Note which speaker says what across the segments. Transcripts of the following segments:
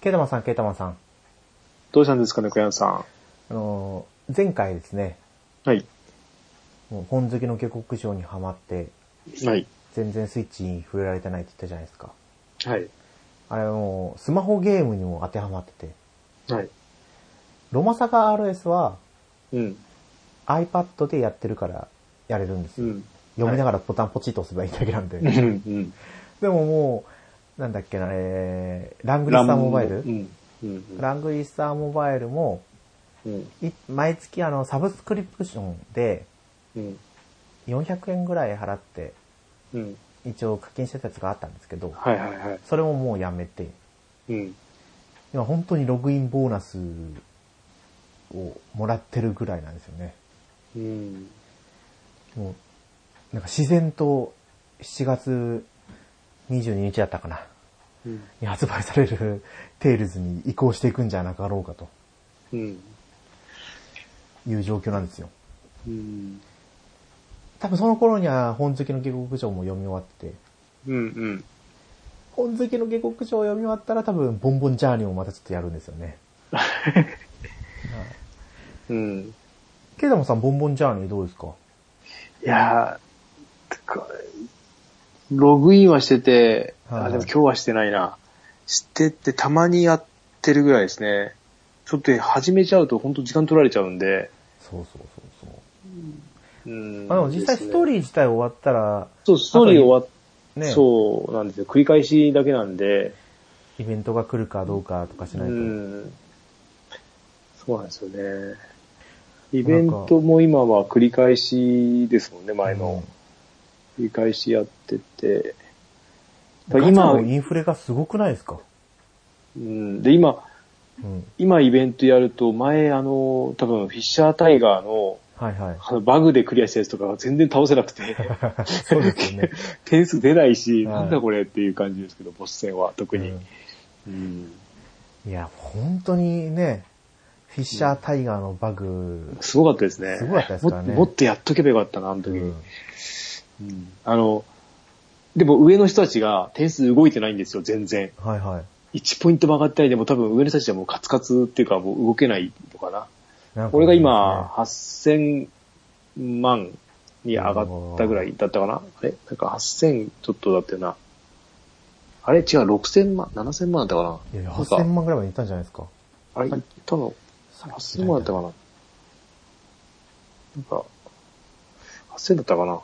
Speaker 1: ケータマンさん、ケータマンさん。
Speaker 2: どうしたんですかね、小山さん。
Speaker 1: あのー、前回ですね、
Speaker 2: はい。
Speaker 1: もう本好きの下克上にハマって、
Speaker 2: はい。
Speaker 1: 全然スイッチに触れられてないって言ったじゃないですか。
Speaker 2: はい。
Speaker 1: あれはもう、スマホゲームにも当てはまってて、
Speaker 2: はい。
Speaker 1: ロマサガ RS は
Speaker 2: うん。
Speaker 1: iPad でやってるからやれるんです
Speaker 2: う
Speaker 1: よ。
Speaker 2: ん。
Speaker 1: 読みながらボタンポチッと押せばいいだけなんで。
Speaker 2: うん。うん。
Speaker 1: でももう、なんだっけな、えー、ラングリスターモバイル、
Speaker 2: うん。うん。
Speaker 1: ラングリスターモバイルも、
Speaker 2: うん。
Speaker 1: い毎月あの、サブスクリプションで
Speaker 2: うん。
Speaker 1: 400円ぐらい払って、
Speaker 2: うん。
Speaker 1: 一応課金してたやつがあったんですけど、
Speaker 2: はいはいはい。
Speaker 1: それももうやめて、
Speaker 2: うん。
Speaker 1: 今本当にログインボーナスをもらってるぐらいなんですよね。
Speaker 2: うん。
Speaker 1: もう、なんか自然と7月22日だったかな。
Speaker 2: うん。
Speaker 1: に発売されるテイルズに移行していくんじゃなかろうかと
Speaker 2: うん。
Speaker 1: いう状況なんですよ。
Speaker 2: うん。
Speaker 1: 多分その頃には本好きの下克上も読み終わってて、
Speaker 2: うん。うん。
Speaker 1: 本好きの下克上を読み終わったら多分ボンボンジャーニーもまたちょっとやるんですよね。
Speaker 2: うん。
Speaker 1: ケイダモさんボンボンジャーニーどうですか
Speaker 2: いやー、こログインはしてて、
Speaker 1: は
Speaker 2: あ、
Speaker 1: い
Speaker 2: でも今日はしてないな。してってたまにやってるぐらいですね。ちょっと始めちゃうと本当時間取られちゃうんで。
Speaker 1: そうそうそうそう。
Speaker 2: うん。
Speaker 1: まあでも実際ストー
Speaker 2: リー。
Speaker 1: リー自体終わったら、
Speaker 2: そう、ストーリー終わっ
Speaker 1: ね、
Speaker 2: そうなんですよ。繰り返しだけなんで。
Speaker 1: イベントが来るかどうかとかし
Speaker 2: う
Speaker 1: ないと。
Speaker 2: ん。そうなんですよね。イベントも今は繰り返しですもんね、前の。繰り返しやってて。
Speaker 1: うん。ガチャ
Speaker 2: 今
Speaker 1: の、インフレがすごくないですか
Speaker 2: うん。で、今、
Speaker 1: うん。
Speaker 2: 今イベントやると、前あの、多分フィッシャータイガーの、
Speaker 1: はい はい。
Speaker 2: あのバグでクリアしたやつとかが全然倒せなくて、
Speaker 1: そうですよね。
Speaker 2: 点数出ないし、
Speaker 1: はい
Speaker 2: なんだこれっていう感じですけど、ボス戦は特に。うん
Speaker 1: うんいや、本当にね、フィッシャータイガーのバグ、
Speaker 2: すごかったですね。
Speaker 1: すごかったですからね
Speaker 2: ももっとやっとけばよかったな、あの時。
Speaker 1: うん
Speaker 2: うんあの、でも上の人たちが点数動いてないんですよ、全然。
Speaker 1: はいはい。
Speaker 2: 1ポイントも上がったりでも多分上の人たちはもうカツカツっていうかもう動けないのかな。
Speaker 1: なんか
Speaker 2: 俺が今、8000万に上がったぐらいだったかなあれなんか8000ちょっとだったよな。あれ違う、6000万、7000万だったか
Speaker 1: いやい
Speaker 2: な
Speaker 1: や、
Speaker 2: なんか
Speaker 1: 8000万ぐらいまでいったんじゃないですか。
Speaker 2: あれ、多分8000万だったかななんか、8000だったかな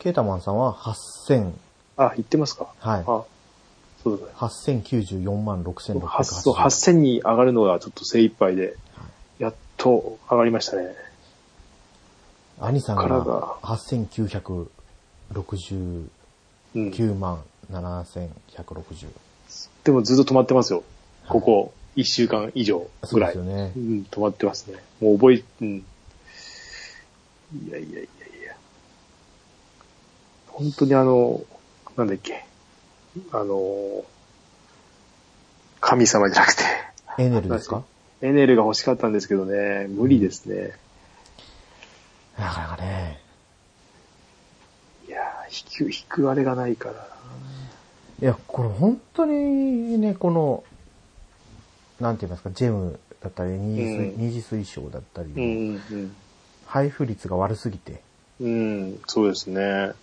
Speaker 1: ケータマンさんは8000、
Speaker 2: あ、言ってますか
Speaker 1: はい。
Speaker 2: あ、そうだね。
Speaker 1: 8094万6680
Speaker 2: はっそう8000に上がるのがちょっと精一杯で、やっと上がりましたね。
Speaker 1: 兄さん
Speaker 2: から
Speaker 1: が
Speaker 2: が
Speaker 1: 8969
Speaker 2: うん。
Speaker 1: 万7160。
Speaker 2: でもずっと止まってますよ。ここ、1週間以上
Speaker 1: そう
Speaker 2: ぐら
Speaker 1: で
Speaker 2: い。
Speaker 1: すよね
Speaker 2: う。ん、止まってますね。もう覚え、うん。いやいやいやいや。本当にあの、なんだっけ。あの、神様じゃなくて、
Speaker 1: エネルですか
Speaker 2: エネルが欲しかったんですけどね、無理ですね。
Speaker 1: なかなかね。
Speaker 2: いやー引く、引くあれがないからな。
Speaker 1: いや、これ本当にね、この、なんて言いますか、ジェムだったり、二次水
Speaker 2: うん
Speaker 1: 二次推奨だったり、
Speaker 2: うん、うん。
Speaker 1: 配布率が悪すぎて、
Speaker 2: うん、そうですね。で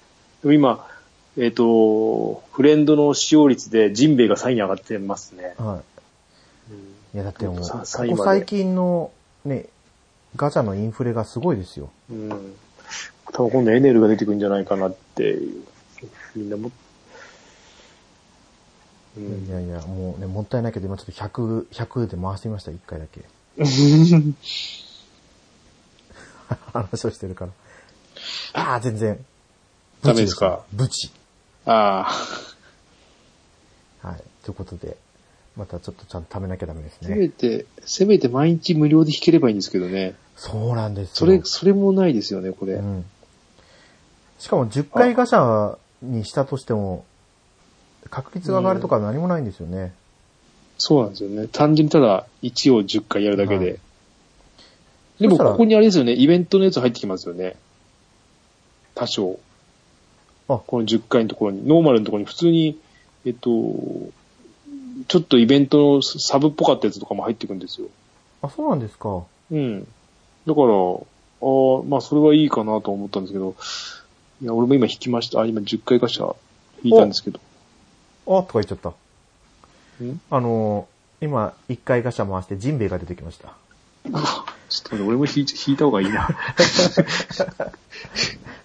Speaker 2: も今、えっ、と、フレンドの使用率でジンベイが3位に上がってますね。
Speaker 1: はい。いや、だってもう、こ
Speaker 2: さ
Speaker 1: こ
Speaker 2: 最後まで
Speaker 1: 最近のね、ガチャのインフレがすごいですよ。
Speaker 2: うん。多分今度エネルが出てくるんじゃないかなっていう、みんなも、う
Speaker 1: い
Speaker 2: ん、
Speaker 1: やいやいや、もうね、もったいないけど、今ちょっと100、100で回してみました、1回だ け。話をしてるから。ああ、全然。
Speaker 2: ダメですか
Speaker 1: ブチ。
Speaker 2: ああ、
Speaker 1: はい。ということで、またちょっとちゃんと貯めなきゃダメです
Speaker 2: せ
Speaker 1: ね。
Speaker 2: めて、せめて毎日無料で弾ければいいんですけどね。
Speaker 1: そうなんですよ。
Speaker 2: それ、それもないですよね、これ。
Speaker 1: うん。しかも10回ガシャにしたとしても、確率が上がるとか何もないんですよね。
Speaker 2: そうなんですよね。単純にただ1を10回やるだけで。
Speaker 1: はい
Speaker 2: で
Speaker 1: そ
Speaker 2: も
Speaker 1: したら
Speaker 2: ここにあれですよね、イベントのやつ入ってきますよね。多少。
Speaker 1: あ
Speaker 2: この10回のところに、ノーマルのところに普通に、えっと、ちょっとイベントのサブっぽかったやつとかも入ってくんですよ。
Speaker 1: あ、そうなんですか。
Speaker 2: うん。だから、ああ、まあそれはいいかなと思ったんですけど、いや、俺も今引きました。あ、今10回ガシャ引いたんですけど。
Speaker 1: あ、とか言っちゃった。
Speaker 2: ん
Speaker 1: あのー今、一回ガシャ回してジンベエが出てきました。
Speaker 2: ちょっと待って俺も引い引いた方がいいな。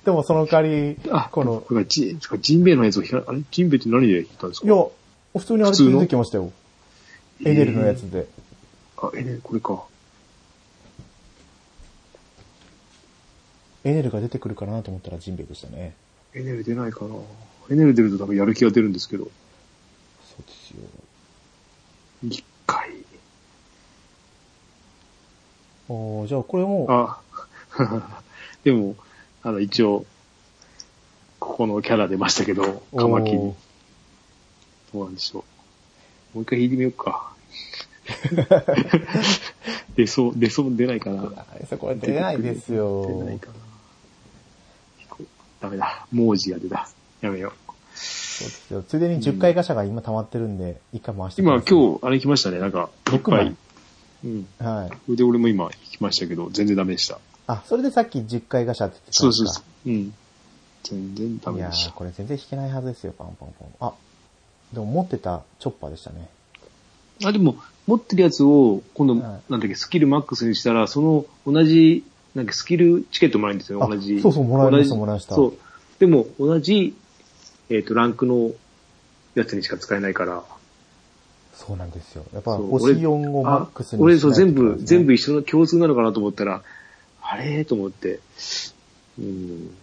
Speaker 1: でもその代わり
Speaker 2: あ、、
Speaker 1: この、
Speaker 2: これジン、ジンベエのやつを引かあれジンベエって何で引いたんですか
Speaker 1: いや、普通にあれ
Speaker 2: 普通の
Speaker 1: 出てきましたよ。エネルのやつで。
Speaker 2: あ、えね、これか。
Speaker 1: エネルが出てくるかなと思ったらジンベエでしたね。
Speaker 2: エネル出ないかな。エネル出ると多分やる気が出るんですけど。
Speaker 1: そうですよ。
Speaker 2: 一回。
Speaker 1: おーじゃあこれもう、
Speaker 2: あ、 でも、あの、一応、ここのキャラ出ましたけど、カマキリ。
Speaker 1: おー
Speaker 2: どうなんでしょう。もう一回引いてみようか。 出そう、出そう、出ないかな。
Speaker 1: あそこは出ないですよ。
Speaker 2: 出ないかな。ダメだ。文字が出た。やめよう。
Speaker 1: そうですよ。ついでに10回ガシャが今溜まってるんで、一回回してく
Speaker 2: 今、
Speaker 1: ださい
Speaker 2: 今日、あれ来ましたね。なんか、いっ
Speaker 1: 六
Speaker 2: ぱ
Speaker 1: 枚
Speaker 2: い。うん。
Speaker 1: はい。
Speaker 2: それで俺も今引きましたけど、全然ダメでした。
Speaker 1: あ、それでさっき10回ガシャって言ってた
Speaker 2: そ
Speaker 1: ん
Speaker 2: う
Speaker 1: です
Speaker 2: そう
Speaker 1: か
Speaker 2: そう。うん。全然ダ
Speaker 1: い
Speaker 2: メ
Speaker 1: や
Speaker 2: でし
Speaker 1: ー、
Speaker 2: た。
Speaker 1: これ全然弾けないはずですよ、パンパンパン。あ、でも持ってたチョッパーでしたね。
Speaker 2: あ、でも、持ってるやつを、今度、
Speaker 1: はい
Speaker 2: なんだっけ、スキルマックスにしたら、その、同じ、なんかスキルチケットもらえるんですよ、
Speaker 1: あ
Speaker 2: 同じ。
Speaker 1: そうそうもらえました
Speaker 2: 同じ
Speaker 1: もらえました
Speaker 2: そう。でも、同じ、えっ、と、ランクのやつにしか使えないから、
Speaker 1: そうなんですよ。やっぱ
Speaker 2: そう
Speaker 1: 星4をマックスにしない
Speaker 2: 俺、そう、全部、全部
Speaker 1: い
Speaker 2: 一緒の共通なのかなと思ったら、あれと思って、うん、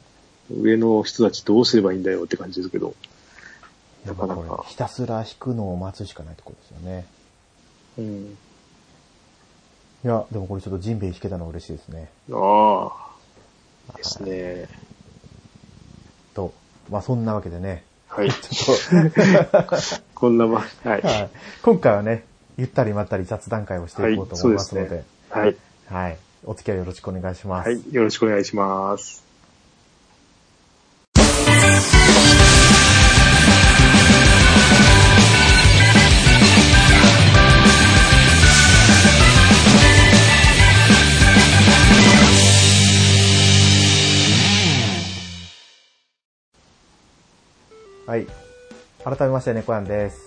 Speaker 2: 上の人たちどうすればいいんだよって感じですけど、
Speaker 1: や
Speaker 2: な
Speaker 1: っぱ
Speaker 2: かな
Speaker 1: こ
Speaker 2: か
Speaker 1: れ、。ひたすら弾くのを待つしかないところですよね。
Speaker 2: うん。
Speaker 1: いや、でもこれちょっとジンベイ弾けたの嬉しいですね。
Speaker 2: ああ、ですね。
Speaker 1: と、まあそんなわけでね。
Speaker 2: はい。
Speaker 1: ちょっ
Speaker 2: こんなま、はい
Speaker 1: と、。はい今回はね、ゆったりまったり雑談会をしていこうと思いますので、はい、
Speaker 2: はい。
Speaker 1: お付き合いよろしくお願いします。
Speaker 2: はい。よろしくお願いします。
Speaker 1: はい。改めまして、猫やんです。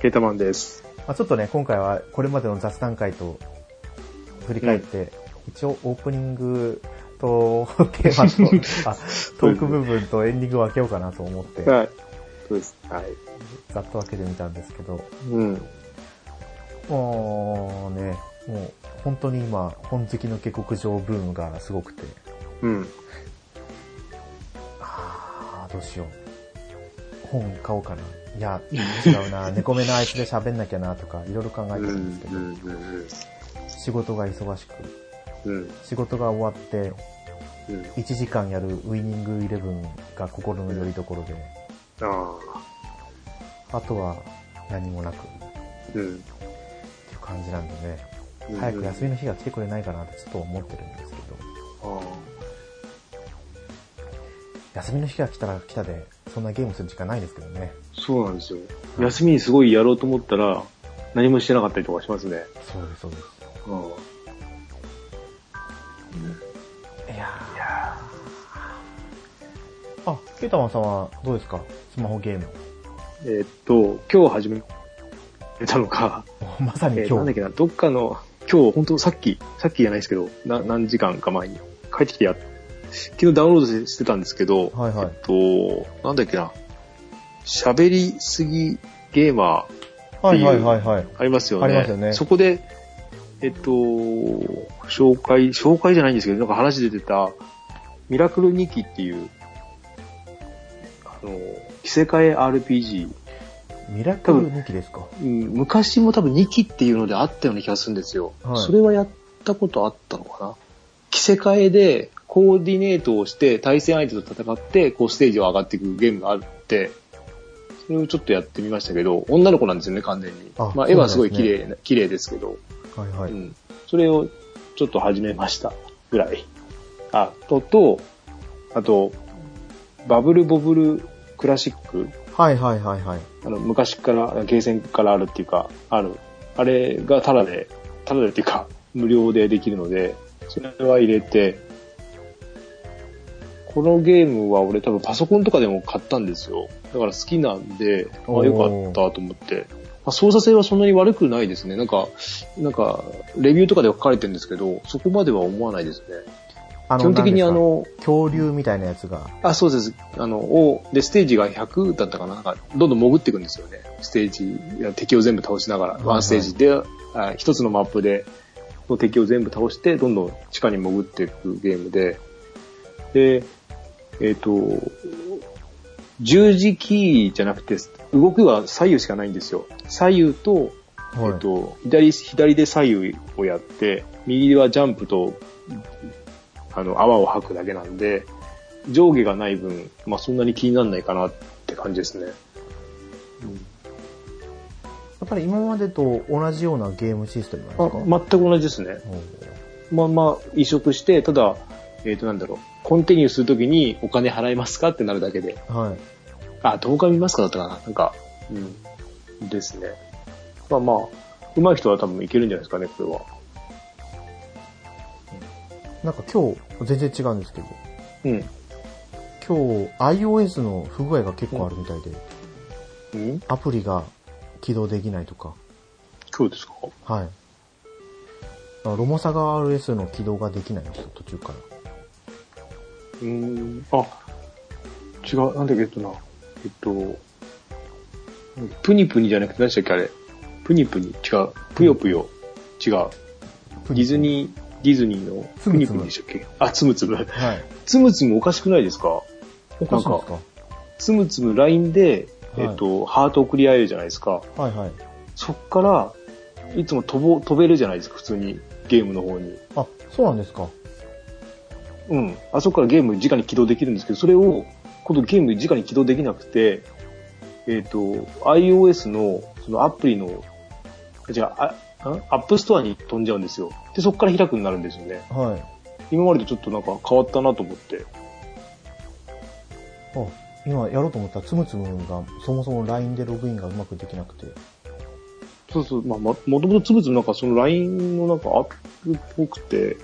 Speaker 2: ケータマンです。
Speaker 1: まあ、ちょっとね、今回はこれまでの雑談会と振り返って、一応オープニングとテーマとあトーク部分とエンディングを分けようかなと思って、
Speaker 2: はい。そうです。はい。
Speaker 1: ざっと分けてみたんですけど、
Speaker 2: うん。
Speaker 1: もうね、もう本当に今、本好きの下克上ブームがすごくて、
Speaker 2: うん。
Speaker 1: あー、どうしよう。本買おうかな。いや、違うな。猫目のあいつで喋んなきゃなとか、いろいろ考えて
Speaker 2: うん。う
Speaker 1: るんですけど、
Speaker 2: ん。
Speaker 1: 仕事が忙しく、
Speaker 2: うん。
Speaker 1: 仕事が終わって、
Speaker 2: うん。
Speaker 1: 1時間やるウイニングイレブンが心の拠り所で、
Speaker 2: ああ。
Speaker 1: あとは何もなくっ
Speaker 2: うん。
Speaker 1: ていう感じなんでね、早く休みの日が来てくれないかなってちょっと思ってるんですけど、
Speaker 2: あ
Speaker 1: 休みの日が来たら来たで、そんなゲームする時間ないですけどね。
Speaker 2: あ。そうなんですよ。休みにすごいやろうと思ったら、何もしてなかったりとかしますね。
Speaker 1: そうです、そうで
Speaker 2: うん。
Speaker 1: す。いやー。あ、ケータマンさんはどうですかスマホゲーム。
Speaker 2: えーっと、今日始めたのか、
Speaker 1: まさに
Speaker 2: えーな
Speaker 1: 今
Speaker 2: んだっ
Speaker 1: 日。
Speaker 2: けな、どっかの、今日、本当さっき、さっきじゃないですけど、な何時間か前に、帰ってきてやっ、昨日ダウンロードしてたんですけど、
Speaker 1: はいはい
Speaker 2: えっと、なんだっけな、喋りすぎゲーマー
Speaker 1: はいはいはいはい。
Speaker 2: ありますよね。
Speaker 1: ありますよね
Speaker 2: そこで、えっと、紹介、紹介じゃないんですけど、なんか話出てた、ミラクル2期っていう、あの、着せ替え RPG。
Speaker 1: ミラクル抜きですか
Speaker 2: うん昔も多分2期っていうのであったような気がするんですよ。
Speaker 1: はい
Speaker 2: それはやったことあったのかな着せ替えでコーディネートをして対戦相手と戦ってこうステージを上がっていくゲームがあって、それをちょっとやってみましたけど、女の子なんですよね、完全に。
Speaker 1: あ
Speaker 2: ま
Speaker 1: そうなんです
Speaker 2: あ
Speaker 1: ね
Speaker 2: 絵はすごい綺麗な、綺麗ですけど、
Speaker 1: はいは
Speaker 2: う
Speaker 1: い。
Speaker 2: ん。それをちょっと始めましたぐらい。あ、と、と、あと、バブルボブルクラシック
Speaker 1: はいはいはいはい。
Speaker 2: あの、昔から、ゲーセンからあるっていうか、ある。あれがタダで、タダでっていうか、無料でできるので、それは入れて、このゲームは俺多分パソコンとかでも買ったんですよ。だから好きなんで、
Speaker 1: お
Speaker 2: あ、
Speaker 1: ー
Speaker 2: よかったと思って。まあ、操作性はそんなに悪くないですね。なんか、なんか、レビューとかでは書かれてるんですけど、そこまでは思わないですね。
Speaker 1: あ
Speaker 2: 基本的にあ、
Speaker 1: なんで
Speaker 2: の、
Speaker 1: すか恐竜みたいなやつが。
Speaker 2: あ、そうです。あの、を、で、ステージが100だったかななんか、どんどん潜っていくんですよね。ステージ、いや敵を全部倒しながら、
Speaker 1: はい
Speaker 2: ワンステージで、あ一つのマップで、の敵を全部倒して、どんどん地下に潜っていくゲームで、で、えっ、と、十字キーじゃなくて、動きは左右しかないんですよ。左右と、
Speaker 1: はい。
Speaker 2: えっと、左、左で左右をやって、右はジャンプと、あの、泡を吐くだけなんで、上下がない分、まあ、そんなに気にならないかなって感じですね。
Speaker 1: やっぱり今までと同じようなゲームシステムなん
Speaker 2: あ
Speaker 1: ですか、
Speaker 2: 全く同じですね。まあまあ、移植して、ただ、えっ、と、なんだろう、コンティニューするときにお金払いますかってなるだけで、
Speaker 1: うんはい。
Speaker 2: あ、動画見ますかだったかななんか、うん、ですね。まあまあ、上手い人は多分いけるんじゃないですかね、これは。
Speaker 1: なんか今日、全然違うんですけど、
Speaker 2: うん。
Speaker 1: 今日 iOS の不具合が結構あるみたいで、
Speaker 2: うん
Speaker 1: アプリが起動できないとか、
Speaker 2: 今日ですか
Speaker 1: はい。ロモサガ RS の起動ができないんですよ、途中から。
Speaker 2: うーん、あ、違う、なんだっけ、えっとな、えっと、プニプニじゃなくて何でしたっけ、あれ。プニプニ、違う。ぷよぷよ、違う。ディズニー、ディズニーの
Speaker 1: つ
Speaker 2: プ
Speaker 1: む
Speaker 2: ニ
Speaker 1: つ
Speaker 2: プ
Speaker 1: む
Speaker 2: ニでしたっけあ、つむつむ。
Speaker 1: ー。はい。
Speaker 2: つむつむおかしくないですか
Speaker 1: おかしいんですか
Speaker 2: つむつむ LINE で、えっと、ハート送り合えるじゃないですか。
Speaker 1: はいはい。
Speaker 2: そっから、いつも飛ぼ、飛べるじゃないですか、普通に。ゲームの方に。
Speaker 1: あ、そうなんですか。
Speaker 2: うん。あそこからゲーム直に起動できるんですけど、それを、今度ゲーム直に起動できなくて、えっ、と、iOS の、そのアプリの、じゃあ、あんアップストアに飛んじゃうんですよ。で、そこから開くようになるんですよね。
Speaker 1: はい。
Speaker 2: 今までとちょっとなんか変わったなと思って。
Speaker 1: あ、今やろうと思ったらつむつむが、そもそも LINE でログインがうまくできなくて。
Speaker 2: そうそう、まあ、まもともとつぶつぶなんかその LINE のなんかアップっぽくて、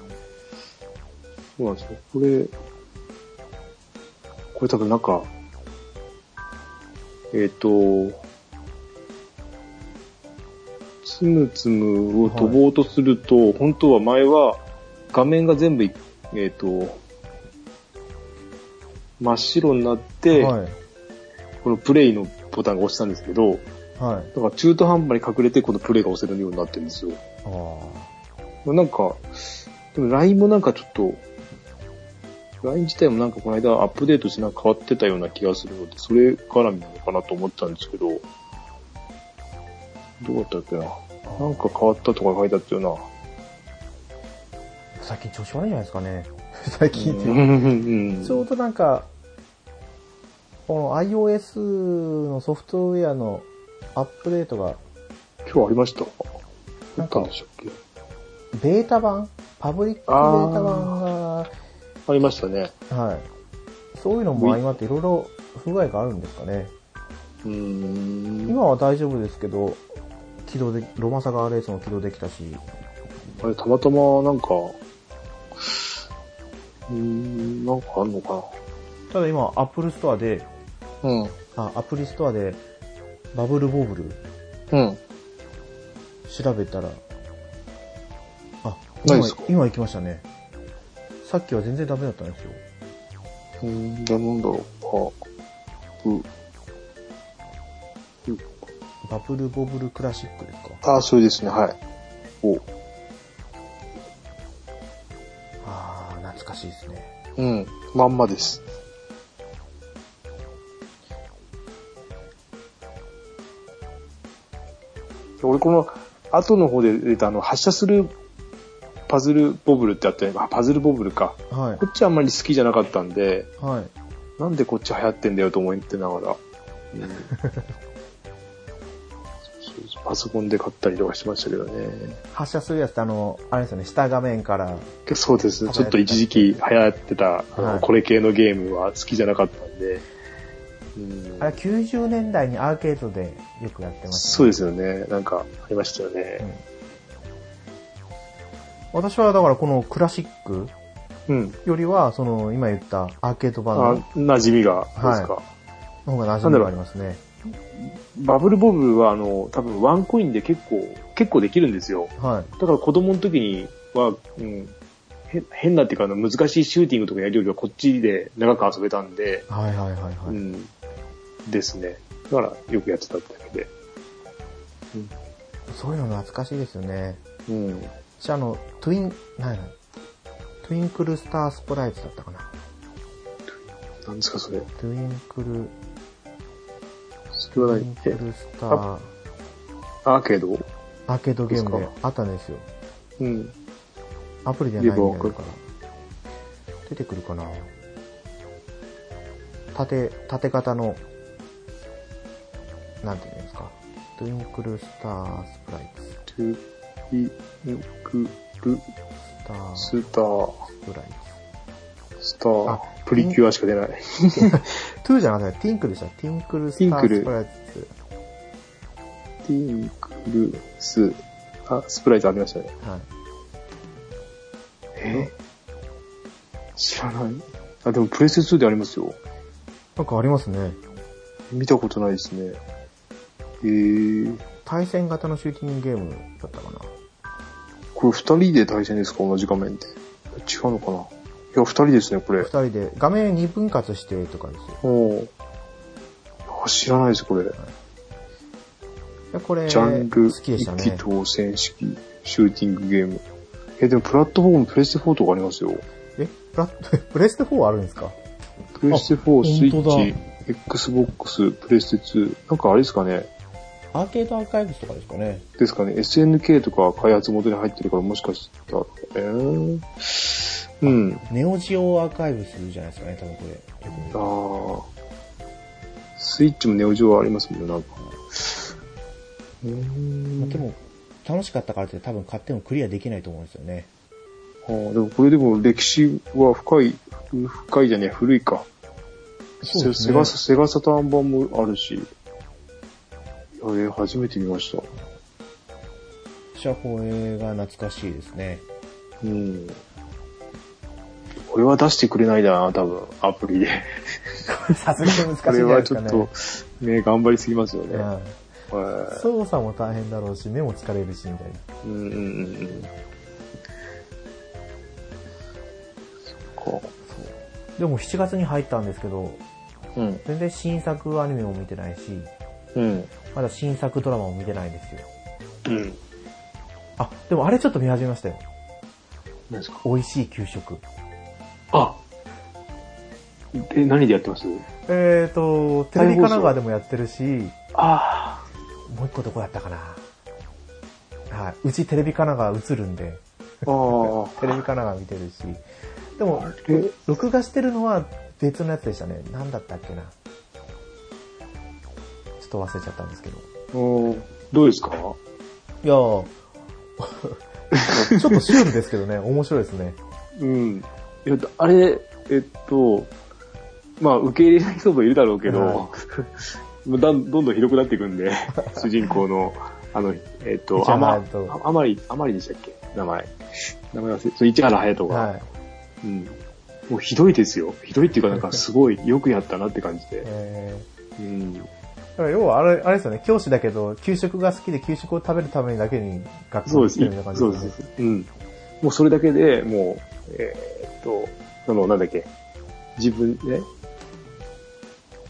Speaker 2: そうなんですよ。これ、これ多分なんか、えっ、と、つむつむを飛ぼうとすると、本当は前は画面が全部い、えっ、と、真っ白になって、
Speaker 1: はい。
Speaker 2: このプレイのボタンが押したんですけど、
Speaker 1: はい。
Speaker 2: だから中途半端に隠れてこのプレイが押せるようになってるんですよ。
Speaker 1: あー
Speaker 2: まあなんか、でも LINE もなんかちょっと、LINE 自体もなんかこの間アップデートしてなんか変わってたような気がするので、それ絡みなのかなと思ったんですけど、どうだったっけな。なんか変わったとか書いてあったよな。
Speaker 1: 最近調子悪いんじゃないですかね。 最近っていううんか
Speaker 2: うん
Speaker 1: ちょうどなんか、この iOS のソフトウェアのアップデートが、
Speaker 2: 今日ありました
Speaker 1: な
Speaker 2: なんん
Speaker 1: か
Speaker 2: かでしたっけ
Speaker 1: ベータ版パブリックベータ版
Speaker 2: ありましたね。
Speaker 1: が、はい。そういうのも相まっていろいろ不具合があるんですかね。
Speaker 2: うーん。
Speaker 1: 今は大丈夫ですけど、起動で、ロマサガレースも起動できたし、
Speaker 2: あれ、たまたまなんか、うーん、なんかあんのかな。
Speaker 1: ただ今、アップルストアで、
Speaker 2: うん。
Speaker 1: あ、アプリストアで、バブルボブル
Speaker 2: うん。
Speaker 1: 調べたら、あ、今
Speaker 2: ないですか、
Speaker 1: 今行きましたね。さっきは全然ダメだったんですよ。
Speaker 2: うん、じゃあなんだろう。あ、う、
Speaker 1: バブルボブルクラシックですか
Speaker 2: あ、それですね、はい。お、
Speaker 1: あー、懐かしいですね。
Speaker 2: うん、まんまです。俺この後の方で出たあの発射するパズルボブルってあったよね。あ、パズルボブルか。
Speaker 1: は
Speaker 2: こっちあんまり好きじゃなかったんで、
Speaker 1: い。はい。
Speaker 2: なんでこっち流行ってんだよと思ってながら。うんそうそう パソコンで買ったりとかしましたけどね。
Speaker 1: 発射するやつってあの、あれですよね、下画面から。
Speaker 2: そうですね。ちょっと一時期流行ってた、あの
Speaker 1: はい
Speaker 2: これ系のゲームは好きじゃなかったんで、ううん
Speaker 1: あれは90年代にアーケードでよくやってました。
Speaker 2: そうですよね。なんか、ありましたよ
Speaker 1: う
Speaker 2: ね。
Speaker 1: ん私はだからこのクラシック
Speaker 2: うん。
Speaker 1: よりは、その今言ったアーケード
Speaker 2: あ
Speaker 1: 版、
Speaker 2: 馴染みが、そうですか。
Speaker 1: の方が馴染みがありますね。
Speaker 2: バブルボブは、あの、多分ワンコインで結構、結構できるんですよ。
Speaker 1: は
Speaker 2: だから子供の時には、うん、へ変なっていうか、あの難しいシューティングとかやるよりはこっちで長く遊べたんで、
Speaker 1: い。はいはいはいはい。
Speaker 2: うん、ですね。だからよくやってたってだけで。
Speaker 1: そういうの懐かしいですよね。
Speaker 2: うん。
Speaker 1: じゃあ、あの、トゥイン、なんやトゥインクルスタースプライズだったかな。
Speaker 2: なんですか、それ。
Speaker 1: トゥインクル、
Speaker 2: それ
Speaker 1: ト
Speaker 2: は
Speaker 1: ゥイ
Speaker 2: 何
Speaker 1: ンク
Speaker 2: え、
Speaker 1: ルスター、
Speaker 2: アーケード
Speaker 1: アーケードゲーム
Speaker 2: で
Speaker 1: ですあったんですよ。
Speaker 2: うん。
Speaker 1: アプリじゃないんだよだから。出てくるかな縦、縦型の、なんていうんですか。トゥインクルスタースプライズ。ス
Speaker 2: トゥインクル
Speaker 1: タース
Speaker 2: スター、
Speaker 1: プライズ。
Speaker 2: スター
Speaker 1: あ、
Speaker 2: プリキュアしか出ない。
Speaker 1: トゥーじゃなくて、ティンクルでした。ティンクルスタースプライズ。
Speaker 2: ティンクルス、あ、スプライトありましたね。
Speaker 1: はい。
Speaker 2: え知らないあ、でもプレステ2でありますよ。
Speaker 1: なんかありますね。
Speaker 2: 見たことないですね。えー、
Speaker 1: 対戦型のシューティングゲームだったかな。
Speaker 2: これ二人で対戦ですか同じ画面で。違うのかないや、二人ですね、これ
Speaker 1: 二。人で、画面二分割してとかですよ。
Speaker 2: おーあ知らないです、これ。
Speaker 1: でこれ、
Speaker 2: ジャンル、
Speaker 1: 好きでした
Speaker 2: 一気
Speaker 1: ね。
Speaker 2: 当選式、シューティングゲーム。え、でもプラットフォームプレステ4とかありますよ。
Speaker 1: え、プラ ット、プレステ4あるんですか
Speaker 2: プレステ4、スイ
Speaker 1: 本当だ
Speaker 2: ッチ、Xbox、プレステ2。なんかあれですかね。
Speaker 1: アーケードアーカイブスとかですかね。
Speaker 2: ですかね。SNK とか開発元に入ってるからもしかしたら、えー、うん。
Speaker 1: ネオジオアーカイブスじゃないですかね、多分これ。
Speaker 2: あースイッチもネオジオはありますもんね、なんか。うー
Speaker 1: まあ
Speaker 2: ん
Speaker 1: でも、楽しかったからって多分買ってもクリアできないと思うんですよね。
Speaker 2: あーでもこれでも歴史は深い、深いじゃねえ、古いか。
Speaker 1: そうですね
Speaker 2: セガセガサターン版もあるし。あれ、初めて見ました。
Speaker 1: 私はこれが懐かしいですね。
Speaker 2: うん。これは出してくれないだな、多分、アプリで。
Speaker 1: さすがに難しい
Speaker 2: これ
Speaker 1: じゃない
Speaker 2: は
Speaker 1: で
Speaker 2: ち
Speaker 1: す
Speaker 2: ょ
Speaker 1: か
Speaker 2: っ
Speaker 1: ね。
Speaker 2: と、ね、頑張りすぎますよね。
Speaker 1: うん
Speaker 2: はい
Speaker 1: 操作も大変だろうし、目も疲れるし、みたいな。
Speaker 2: うんうんうんうん。そっか。
Speaker 1: でも7月に入ったんですけど、
Speaker 2: うん。
Speaker 1: 全然新作アニメも見てないし、
Speaker 2: うん。
Speaker 1: まだ新作ドラマも見てないんですよ。
Speaker 2: うん。
Speaker 1: あ、でもあれちょっと見始めましたよ。
Speaker 2: 何ですか
Speaker 1: 美味しい給食。
Speaker 2: あえ、何でやってます
Speaker 1: えーと、テレビ神奈川でもやってるし、
Speaker 2: あ
Speaker 1: もう一個どこだったかな。はい。うちテレビ神奈川映るんで、
Speaker 2: あ。ああ。
Speaker 1: テレビ神奈川見てるし。でも、
Speaker 2: え、
Speaker 1: 録画してるのは別のやつでしたね。何だったっけな。ちょっと忘れちゃったんですけど。
Speaker 2: おーどうですか
Speaker 1: いやー ちょっとシュールですけどね、面白いですね。
Speaker 2: うん。いや、あれ、えっと、まあ、受け入れない人もいるだろうけど、
Speaker 1: は
Speaker 2: もうだんどんどん広くなっていくんで、主人公の、あの、えっと、
Speaker 1: 市原
Speaker 2: あま
Speaker 1: 隼人、
Speaker 2: あまり、あまりでしたっけ名前。名前忘れ、そう市原隼人が、
Speaker 1: はい。
Speaker 2: うん。もうひどいですよ。ひどいっていうか、なんかすごいよくやったなって感じで。
Speaker 1: えー
Speaker 2: うん。
Speaker 1: だから要はあれ、あれですよね、教師だけど、給食が好きで給食を食べるためにだけに学
Speaker 2: そ
Speaker 1: 校
Speaker 2: う
Speaker 1: に来
Speaker 2: です。
Speaker 1: てるみたいな感じ
Speaker 2: そう
Speaker 1: よ
Speaker 2: で
Speaker 1: ね。
Speaker 2: す。うん。もうそれだけでもう、えーっと、その、なんだっけ、自分で、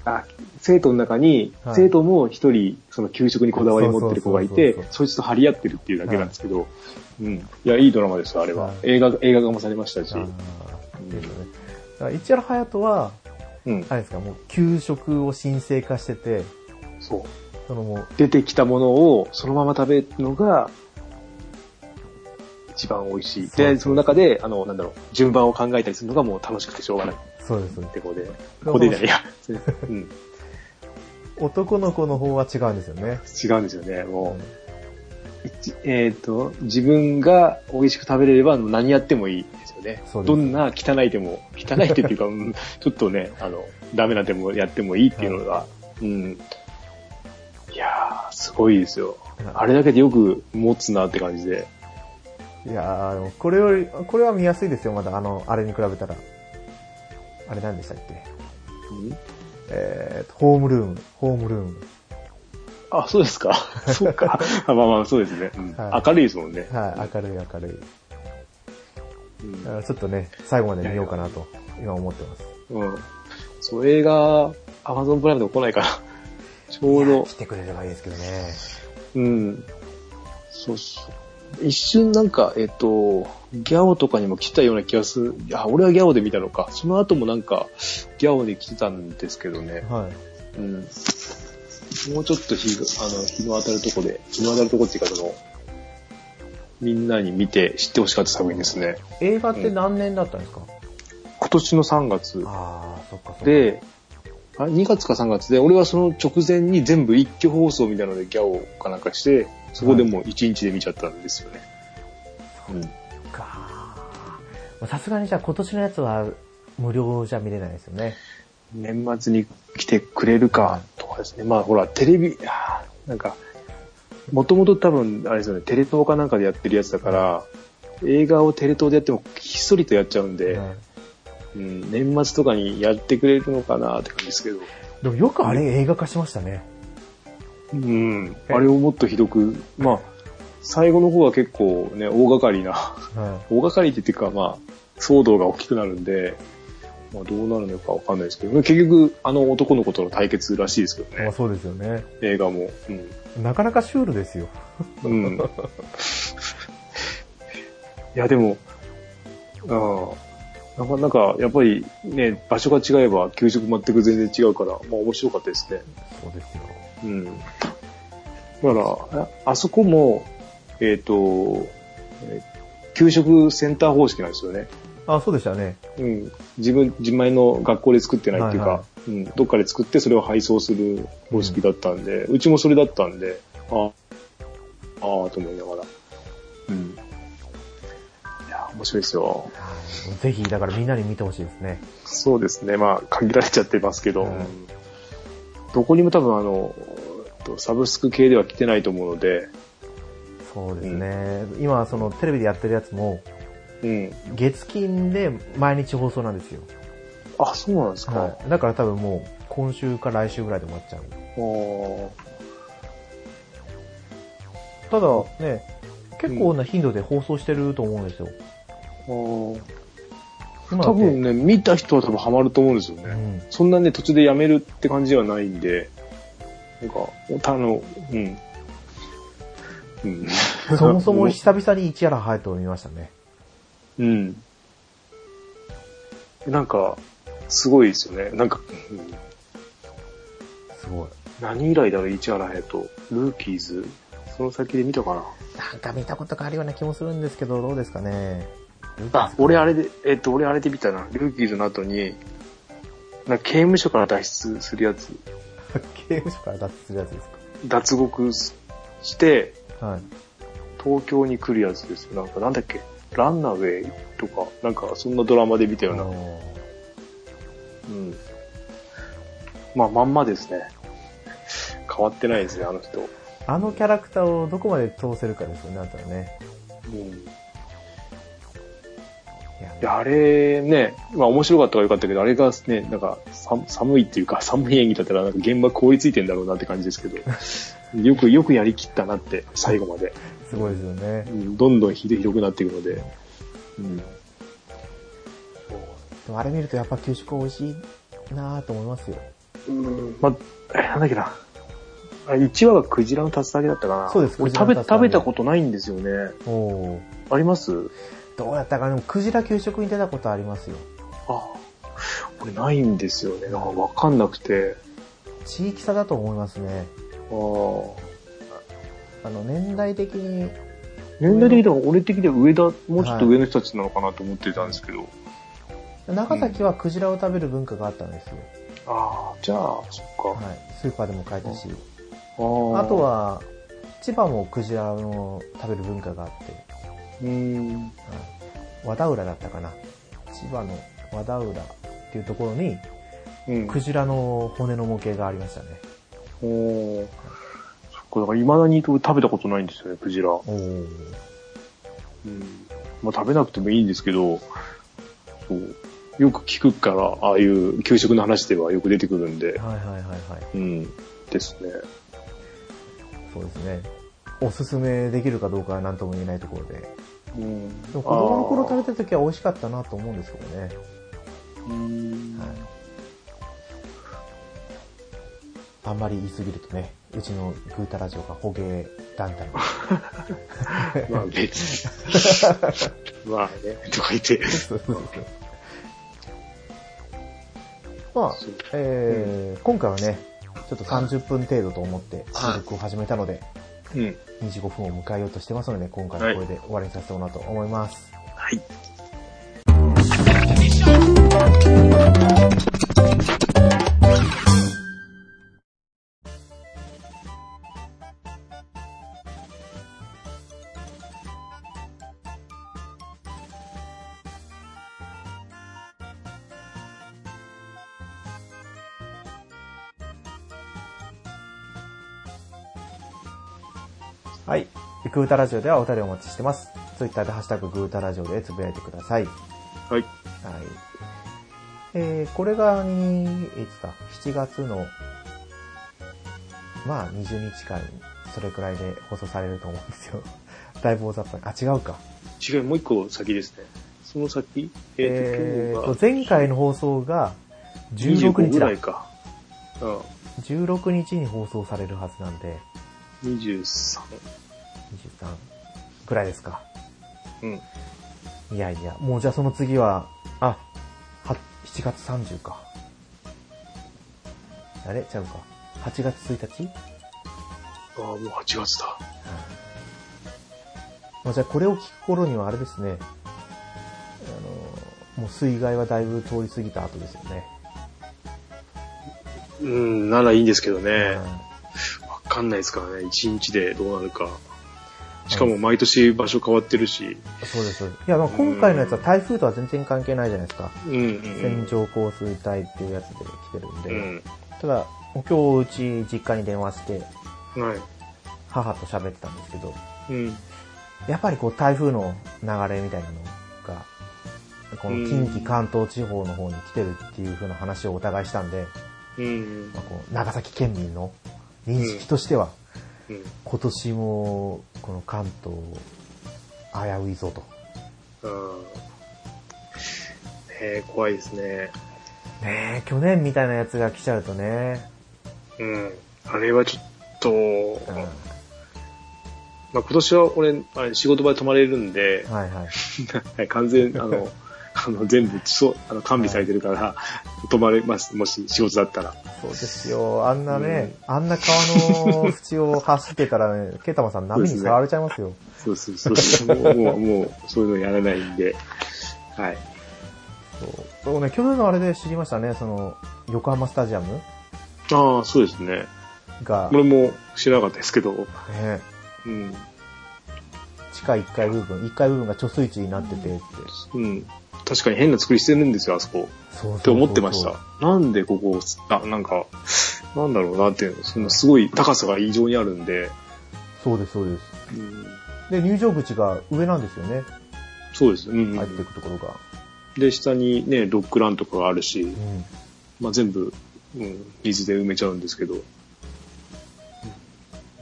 Speaker 2: あ、生徒の中に、
Speaker 1: はい
Speaker 2: 生徒も一人、その給食にこだわり持ってる子がいて
Speaker 1: そうそうそう、
Speaker 2: そいつと張り合ってるっていうだけなんですけど、うん。いや、いいドラマですよ、あれは。
Speaker 1: はい
Speaker 2: 映画、映画化もされましたし。
Speaker 1: あーですよね。だから市原隼人は、
Speaker 2: うん
Speaker 1: あ。れですか、もう給食を神聖化してて、
Speaker 2: そう。
Speaker 1: そのもう、
Speaker 2: 出てきたものをそのまま食べるのが一番美味しい。
Speaker 1: そうそう
Speaker 2: で、その中で、あの、なんだろう、順番を考えたりするのがもう楽しくてしょうがないっ
Speaker 1: そうです。
Speaker 2: てことで、ここでじゃない、いや、うん、
Speaker 1: 男の子の方は違うんですよね。
Speaker 2: 違うんですよね。
Speaker 1: う
Speaker 2: も
Speaker 1: ん
Speaker 2: う、一えっ、と、自分が美味しく食べれれば何やってもいいですよよね。
Speaker 1: そうです
Speaker 2: どんな汚い手も、汚い手って いうか、うんちょっとね、あの、ダメな手もやってもいいっていうのが、うん。いやー、すごいですよ。あれだけでよく持つなって感じで。
Speaker 1: いやーあのこれより、これは見やすいですよ、まだ、あの、あれに比べたら。あれなんでしたっけ
Speaker 2: うん
Speaker 1: えーと、ホームルーム、ホームルーム。
Speaker 2: あ、そうですか。そうか。 あまあまあ、そうですね、うん
Speaker 1: はい
Speaker 2: 明るいですもんね。
Speaker 1: はい、明るい明るい。
Speaker 2: うん
Speaker 1: だからちょっとね、最後まで見ようかなと、今思ってます。
Speaker 2: うん。そう、映画、アマゾンプライムでも来ないから、ちょう
Speaker 1: いや
Speaker 2: ど
Speaker 1: 来、てくれればいいですけどね。
Speaker 2: うん。そうそう。一瞬なんか、えっと、ギャオとかにも来たような気がする。あ、俺はギャオで見たのか。その後もなんか、ギャオに来てたんですけどね。
Speaker 1: はい。
Speaker 2: うん。もうちょっと日が、あの、日の当たるとこで、日の当たるとこっていうか、その、みんなに見て知ってほしかった作品ですね。
Speaker 1: 映画って何年だったんですか、
Speaker 2: 今年の3月
Speaker 1: あー、そっかそっか。、
Speaker 2: で、あ2月か3月で、俺はその直前に全部一挙放送みたいなのでギャオかなんかして、そこでもう1日で見ちゃったんですよね。うん。
Speaker 1: かまあさすがにじゃあ今年のやつは無料じゃ見れないですよね。
Speaker 2: 年末に来てくれるかとかですね。まあほら、テレビ、あーなんか、もともと多分、あれですよね、テレ東かなんかでやってるやつだから、映画をテレ東でやってもひっそりとやっちゃうんで、うん、年末とかにやってくれるのかなって感じですけど、
Speaker 1: でもよくあれ映画化しましたね。
Speaker 2: うん、あれをもっとひどく、まあ、最後の方は結構ね、大掛かりな、
Speaker 1: は
Speaker 2: 大掛かりっていうか、まあ、騒動が大きくなるんで、まあ、どうなるのかわかんないですけど、結局、あの男の子との対決らしいですけど
Speaker 1: い。まあ
Speaker 2: ね、
Speaker 1: そうですよね。
Speaker 2: 映画も。うん。
Speaker 1: なかなかシュールですよ。
Speaker 2: うん。 いや、でも、ああ、なんか、なんか、やっぱりね、場所が違えば、給食全く全然違うから、まあ面白かったですね。
Speaker 1: そうですよ。
Speaker 2: うん。だから、ああそこも、えっ、と、えー給食センター方式なんですよね。
Speaker 1: あ、そうでしたね。
Speaker 2: うん。自分、自前の学校で作ってないっていうか、
Speaker 1: はいは
Speaker 2: うん、どっかで作ってそれを配送する方式だったんで、うちもそれだったんで、ああ、ああ、と思いながら。うん。いや、面白いですよ。
Speaker 1: はいぜひ、だからみんなに見てほしいですね。
Speaker 2: そうですね。まあ、限られちゃってますけど、
Speaker 1: うん
Speaker 2: うんどこにも多分あの、えっとサブスク系では来てないと思うので、
Speaker 1: そうですね。今、そのテレビでやってるやつも、
Speaker 2: うん。
Speaker 1: 月金で毎日放送なんですよ。
Speaker 2: あ、そうなんですか。
Speaker 1: はい。だから多分もう、今週か来週ぐらいで終わっちゃう。
Speaker 2: おー
Speaker 1: ただ、ね、結構な頻度で放送してると思うんですよ。
Speaker 2: おー
Speaker 1: 今だ
Speaker 2: 多
Speaker 1: って
Speaker 2: 分ね、見た人は多分ハマると思うんですよね。
Speaker 1: うん。
Speaker 2: そんなね、途中でやめるって感じではないんで、なんか、あの、うん。うん。
Speaker 1: そもそも久々に一夜入っておりましたね。
Speaker 2: うん。なんか、すごいですよね。なんか、うん
Speaker 1: すごい。
Speaker 2: 何以来だろう、市原隼と。ルーキーズ。その先で見たかな。
Speaker 1: なんか見たことがあるような気もするんですけど、どうですかね。
Speaker 2: あ、俺あれで、えっと、俺あれで見たな。ルーキーズの後に、なんか刑務所から脱出するやつ。
Speaker 1: 刑務所から脱出するやつです
Speaker 2: 脱獄すして、
Speaker 1: か。はい。
Speaker 2: 東京に来るやつですよ。なんか、なんだっけ、ランナーウェイとか、なんか、そんなドラマで見たような。うん。まあ、まんまですね。変わってないですね、あの人。
Speaker 1: あのキャラクターをどこまで通せるかですよね、あとはね。
Speaker 2: うん。
Speaker 1: いや
Speaker 2: で、あれね、まあ、面白かったからよかったけど、あれがね、なんか、寒寒いっていうか、 寒い演技だったら、なんか、現場凍りついてんだろうなって感じですけど、 よく、よくやりきったなって、最後まで。
Speaker 1: すごいですよね
Speaker 2: う。ん、どんどんひど広くなっていくので。うん。そう
Speaker 1: でもあれ見るとやっぱ給食美味しいなぁと思いますよ。
Speaker 2: まあ、なんだっけな。あ1話がクジラの竜田揚げだったかな。
Speaker 1: そうです
Speaker 2: 俺
Speaker 1: クジラの
Speaker 2: 食
Speaker 1: 竜
Speaker 2: べ、
Speaker 1: 田揚げ
Speaker 2: 食べたことないんですよね。
Speaker 1: おお。
Speaker 2: あります
Speaker 1: どうやったかなでもクジラ給食に出たことありますよ。
Speaker 2: あ、俺ないんですよね。なんかわかんなくて。
Speaker 1: 地域差だと思いますね。
Speaker 2: ああ。
Speaker 1: あの、年代的に、
Speaker 2: 年代的には俺的には上だ、もうちょっと上の人たちなのかなと思ってたんですけど。
Speaker 1: 長崎はクジラを食べる文化があったんですよ。
Speaker 2: ああ、じゃあ、そっか。
Speaker 1: はい。スーパーでも買えたし。
Speaker 2: あ
Speaker 1: あと、は、千葉もクジラの食べる文化があって、
Speaker 2: うーん。
Speaker 1: はい和田浦だったかな。千葉の和田浦っていうところに、
Speaker 2: うん。
Speaker 1: クジラの骨の模型がありましたね。
Speaker 2: おーそっか、だから未だに食べたことないんですよね、クジラ。
Speaker 1: おー
Speaker 2: うん。まあ食べなくてもいいんですけど、そう。よく聞くから、ああいう給食の話ではよく出てくるんで、
Speaker 1: はいはいはいはい。
Speaker 2: うん。ですね。
Speaker 1: そうですね。おすすめできるかどうかは何とも言えないところで。で
Speaker 2: うん。
Speaker 1: も子供の頃食べた時は美味しかったなと思うんですけどね。
Speaker 2: うん
Speaker 1: はい。あんまり言いすぎるとね、うちのグータラジオが捕鯨団体に。
Speaker 2: まあ別 に。まあね、とか言って。
Speaker 1: そうそうそう まあ、えー今回はね、ちょっと30分程度と思って収録を始めたので、
Speaker 2: うん。
Speaker 1: 25分を迎えようとしてますので、今回はこれで終わりにさせてもらおうと思います。
Speaker 2: はい。
Speaker 1: はい。グータラジオではお便りをお待ちしてます。ツイッターでハッシュタググータラジオでつぶやいてください。はい。
Speaker 2: はい。
Speaker 1: えー、これが、にいつか、7月の、まあ、20日間、それくらいで放送されると思うんですよ。 だいぶ大雑把に。あ、違うか。
Speaker 2: 違う、もう一個先ですね。その先
Speaker 1: え
Speaker 2: え
Speaker 1: ー
Speaker 2: ー、と、今
Speaker 1: と、
Speaker 2: 日が
Speaker 1: 前回の放送が、16
Speaker 2: 26
Speaker 1: 日
Speaker 2: ぐ
Speaker 1: だ
Speaker 2: ら。いか。うん。
Speaker 1: 16日に放送されるはずなんで、
Speaker 2: 23。
Speaker 1: 23くらいですか。
Speaker 2: うん。
Speaker 1: いやいや、もうじゃあその次は、あ、は、7月30か。あれちゃうか。8月1日
Speaker 2: ああ、もう8月だ。
Speaker 1: まあ、じゃあこれを聞く頃にはあれですね、あの、もう水害はだいぶ通り過ぎた後ですよね。
Speaker 2: うん、ならいいんですけど
Speaker 1: う
Speaker 2: ね。
Speaker 1: ん
Speaker 2: わかんないですからね。1日でどうなるか。しかも毎年場所変わってるし。
Speaker 1: そうです。そうですいや、まあ今回のやつは台風とは全然関係ないじゃないですか。
Speaker 2: うん、
Speaker 1: 線状降水帯っていうやつで来てるん
Speaker 2: う
Speaker 1: で。
Speaker 2: ん。
Speaker 1: ただ、今日うち実家に電話して、
Speaker 2: うん。はい。
Speaker 1: 母と喋ってたんですけど、
Speaker 2: うん。
Speaker 1: やっぱりこう台風の流れみたいなのが、この近
Speaker 2: う
Speaker 1: 畿
Speaker 2: ん
Speaker 1: 関東地方の方に来てるっていう風な話をお互いしたんで、
Speaker 2: うん。
Speaker 1: まあ、こう長崎県民の認識としては、
Speaker 2: うん。
Speaker 1: 今年もこの関東危ういぞと。
Speaker 2: うん。えー、怖いですね。
Speaker 1: ねえ、去年みたいなやつが来ちゃうとね、
Speaker 2: うん。あれはちょっと、
Speaker 1: うん、
Speaker 2: まあ今年は俺、あれ仕事場で泊まれるんで、
Speaker 1: はいはい。
Speaker 2: はい完全、あの、あの全部そうあの完備されてるから、泊まれます、もし仕事だったら。
Speaker 1: そうですよ。あんなね、あんな川の縁を走ってたら、ね、 ケータマさん波に
Speaker 2: そうですね
Speaker 1: 触られちゃいますよ。
Speaker 2: そうそうそうそう。もう、もう、もうそういうのやらないんで。はい。
Speaker 1: そう。そうね、去年のあれで知りましたね、その、横浜スタジアム
Speaker 2: ああ、そうですね。
Speaker 1: が、
Speaker 2: 俺も知らなかったですけど。
Speaker 1: ね、
Speaker 2: うん。
Speaker 1: 地下1階部分、1階部分が貯水池になっててって。
Speaker 2: うん。確かに変な作りしてるんですよ、あそこ。
Speaker 1: そうそうそう
Speaker 2: って思ってました。なんでここ、あ、なんか、なんだろうなっていうの。そんなすごい高さが異常にあるんで。
Speaker 1: そうです、そうです。
Speaker 2: うん、
Speaker 1: で、入場口が上なんですよね、
Speaker 2: そうです。うん、う
Speaker 1: 入ってい
Speaker 2: ん。
Speaker 1: くところが。
Speaker 2: で、下にね、ドッグランとかがあるし
Speaker 1: う、ん。
Speaker 2: まあ、全部、うん、水で埋めちゃうんですけど。
Speaker 1: い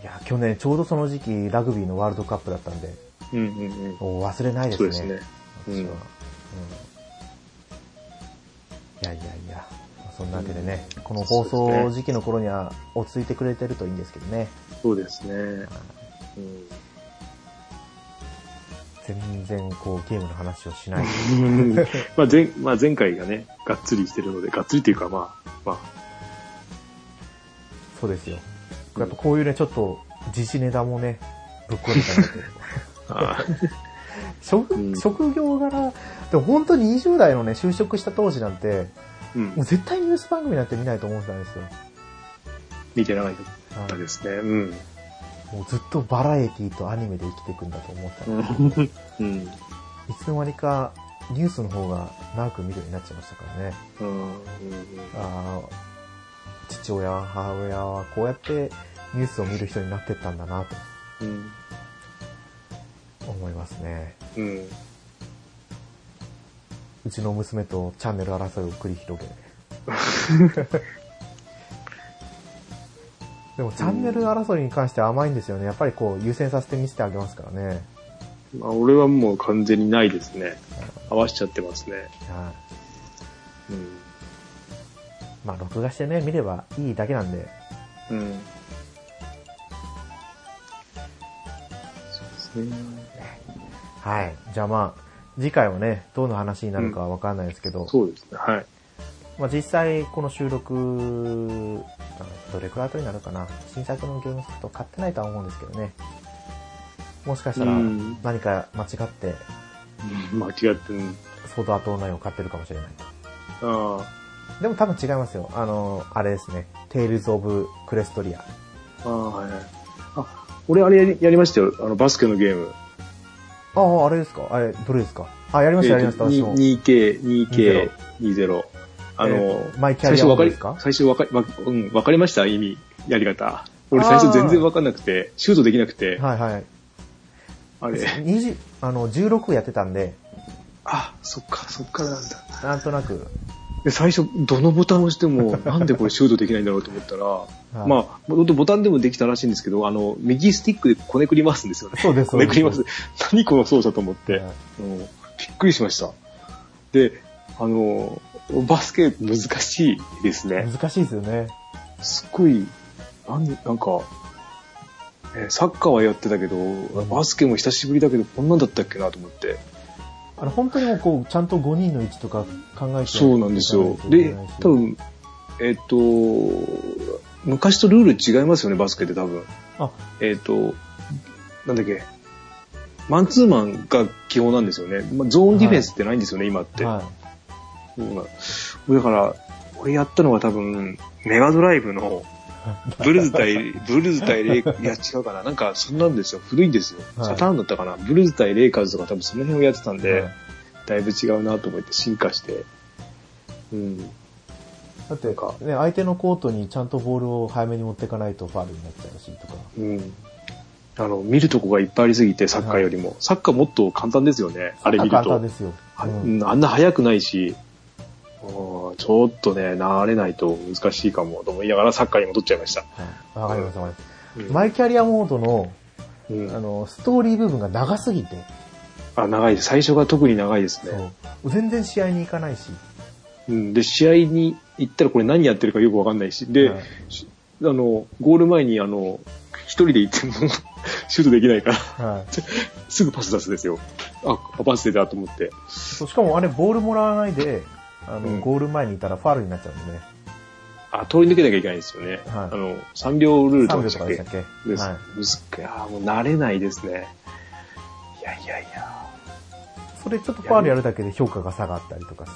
Speaker 1: や、去年ちょうどその時期、ラグビーのワールドカップだったんで、
Speaker 2: うんうんうん。
Speaker 1: もう忘れないです
Speaker 2: そ
Speaker 1: ね。
Speaker 2: うですね。
Speaker 1: 私は。う
Speaker 2: う
Speaker 1: んん。いやいやいや。まあそんなわけでね、この放送時期の頃には落ち着いてくれてるといいんですけどね。
Speaker 2: そうですね。うん
Speaker 1: 全然こうゲームの話をしない。
Speaker 2: まあ前、まあ前回がね、がっつりしてるので、がっつりっていうかまあ、ま
Speaker 1: そうですよ。やっぱこういうね、ちょっと自治ネタもね、ぶっ込んでいかない と。
Speaker 2: あ、
Speaker 1: 職
Speaker 2: うん
Speaker 1: 職業柄、でも本当に20代のね、就職した当時なんて、
Speaker 2: うん
Speaker 1: もう、絶対ニュース番組なんて見ないと思ってたんですよ。
Speaker 2: 見てなかっ
Speaker 1: は
Speaker 2: た
Speaker 1: い
Speaker 2: ですね。うん。
Speaker 1: もうずっとバラエティとアニメで生きていくんだと思ってたんで
Speaker 2: うん。
Speaker 1: いつの間にかニュースの方が長く見るようになっちゃいましたからね。
Speaker 2: うん。
Speaker 1: ああ、父親、母親はこうやってニュースを見る人になってったんだなと
Speaker 2: うん。
Speaker 1: 思いますね。
Speaker 2: うん。
Speaker 1: うちの娘とチャンネル争いを繰り広げ。でもチャンネル争いに関しては甘いんですよね。やっぱりこう優先させて見せてあげますからね。
Speaker 2: まあ、俺はもう完全にないですね。合わしちゃってますね。
Speaker 1: はい
Speaker 2: うん。
Speaker 1: まあ録画してね、見ればいいだけなんで。
Speaker 2: うん。そうですね。
Speaker 1: はい。じゃあまあ、次回はね、どの話になるかはわかんないですけど、
Speaker 2: そうですね。はい。
Speaker 1: まあ実際この収録、あのどれくらい後になるかな。新作のゲームソフト買ってないとは思うんですけどね。もしかしたら
Speaker 2: うん
Speaker 1: 何か間違って、
Speaker 2: 間違ってん。
Speaker 1: ソードアートオンラインを買ってるかもしれない。
Speaker 2: あ
Speaker 1: でも多分違いますよ。あの、あれですね。テイルズ・オブ・クレストリア。
Speaker 2: あ、ああ、はいはい。あ、俺あれやりやりましたよ。あの、バスケのゲーム。
Speaker 1: ああ、あれですかあれ、どれですかあ、やりました、やりました、私も。
Speaker 2: 2K、2K、20。あ
Speaker 1: え
Speaker 2: の
Speaker 1: ーと、マイキャ
Speaker 2: 最
Speaker 1: リア
Speaker 2: 初わか
Speaker 1: も
Speaker 2: り
Speaker 1: ですか、
Speaker 2: 最初わかり、わうん、わかりました意味、やり方。俺最初全然わかんなくて、シュートできなくて、
Speaker 1: はいはい。
Speaker 2: あれ。
Speaker 1: 20あの、16やってたんで、
Speaker 2: あ、そっか、そっからなんだ。
Speaker 1: なんとな く、
Speaker 2: で最初、どのボタンを押して も、なんでこれシュートできないんだろうと思った
Speaker 1: い
Speaker 2: ら、まあ、もともとボタンでもできたらしいんですけど、あの、右スティックでこねくり回すんですよね。
Speaker 1: そうです
Speaker 2: こねくります
Speaker 1: そう。
Speaker 2: 何この操作と思って、
Speaker 1: はい
Speaker 2: うんびっくりしました。で、あの、バスケ難しいですね。
Speaker 1: 難しいですよね。
Speaker 2: すっごい、なん、なんか、えーサッカーはやってたけど、バスケも久しぶりだけど、こんなんだったっけなと思って。
Speaker 1: あの、本当にもうこう、ちゃんと5人の位置とか考えて
Speaker 2: そうなんですよ。で、多
Speaker 1: 多分。
Speaker 2: 分、えっ、と、昔とルール違いますよね、バスケって多分。
Speaker 1: あ、
Speaker 2: えっ、と、なんだっけ、マンツーマンが基本なんですよね。まあ、ゾーンディフェンスってないんですよね、今って。
Speaker 1: は
Speaker 2: うんだから、俺やったのは多分、メガドライブの、ブルズ対、ブルズ対レイ、いや違うかな、なんかそんなんですよ。古いんですよ。
Speaker 1: はい
Speaker 2: サターンだったかな。ブルズ対レイカーズとか多分その辺をやってたん
Speaker 1: い。
Speaker 2: で、
Speaker 1: はい
Speaker 2: だいぶ違うなと思って進化して。うん。
Speaker 1: だって、
Speaker 2: なん
Speaker 1: ね、
Speaker 2: か
Speaker 1: 相手のコートにちゃんとボールを早めに持っていかないとファウルになっちゃうし、とか。
Speaker 2: うん。あの、見るとこがいっぱいありすぎて、サッカーよりも。サッカーもっと簡単ですよね。あれ見ると。
Speaker 1: 簡単ですよ。
Speaker 2: は
Speaker 1: うん
Speaker 2: うんあんな速くないし、うんちょっとね、慣れないと難しいかもと思いながらサッカーに戻っちゃいました。
Speaker 1: はいわかります、わかります。
Speaker 2: うん
Speaker 1: マイキャリアモードの、
Speaker 2: うん
Speaker 1: あの、ストーリー部分が長すぎて、
Speaker 2: あ、長いです。最初が特に長いですね。
Speaker 1: そう全然試合に行かないし、
Speaker 2: うん、で、試合に行ったらこれ何やってるかよくわかんないし、で、
Speaker 1: はい
Speaker 2: しあの、ゴール前にあの、一人で行っても シュートできないから、
Speaker 1: はい
Speaker 2: すぐパス出すですよ。あ、パス出たと思って。
Speaker 1: そうしかもあれ、ボールもらわないで、あの、
Speaker 2: うん
Speaker 1: ゴール前にいたらファールになっちゃうんでね。
Speaker 2: あ、通り抜けなきゃいけないんですよね。
Speaker 1: はい
Speaker 2: あの、3秒ルール
Speaker 1: 3
Speaker 2: とか
Speaker 1: 秒
Speaker 2: で
Speaker 1: とか
Speaker 2: したっ
Speaker 1: でし
Speaker 2: け
Speaker 1: たっけ
Speaker 2: です。
Speaker 1: はい。
Speaker 2: むずっいやーもう慣れないですね。いやいやいや。
Speaker 1: それちょっとファールやるだけで評価が下がったりとかす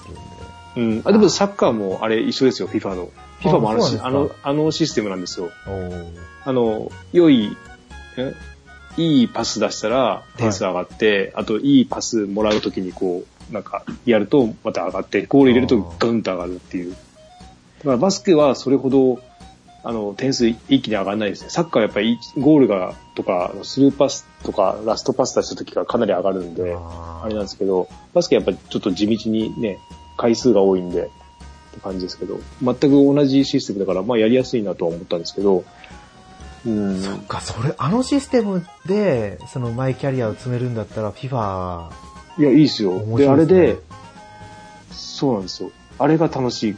Speaker 1: るんで。
Speaker 2: うん。あ、でもサッカーもあれ一緒ですよ、FIFA の。FIFA もある
Speaker 1: そうなんで
Speaker 2: し
Speaker 1: す、か
Speaker 2: あの、あのシステムなんですよ。
Speaker 1: おー
Speaker 2: あの、良い、えいいパス出したら点数上がって、あといいパスもらうときにこう、なんか、やるとまた上がって、ゴール入れるとガンと上がるっていう。だからバスケはそれほど、あの、点数一気に上がらないですね。サッカーはやっぱりゴールが、とか、あのスルーパスとか、ラストパス出したときがかなり上がるんで、
Speaker 1: あ
Speaker 2: あれ
Speaker 1: ー
Speaker 2: なんですけど、バスケやっぱちょっと地道にね、回数が多いんで、って感じですけど、全く同じシステムだから、まあやりやすいなとは思ったんですけど、うん。
Speaker 1: そっか、それ、あのシステムで、そのマイキャリアを詰めるんだったら、FIFA、
Speaker 2: いや、いいですよ。
Speaker 1: 面
Speaker 2: で、あ
Speaker 1: 白い
Speaker 2: れ
Speaker 1: ですね
Speaker 2: で、そうなんですよ。あれが楽し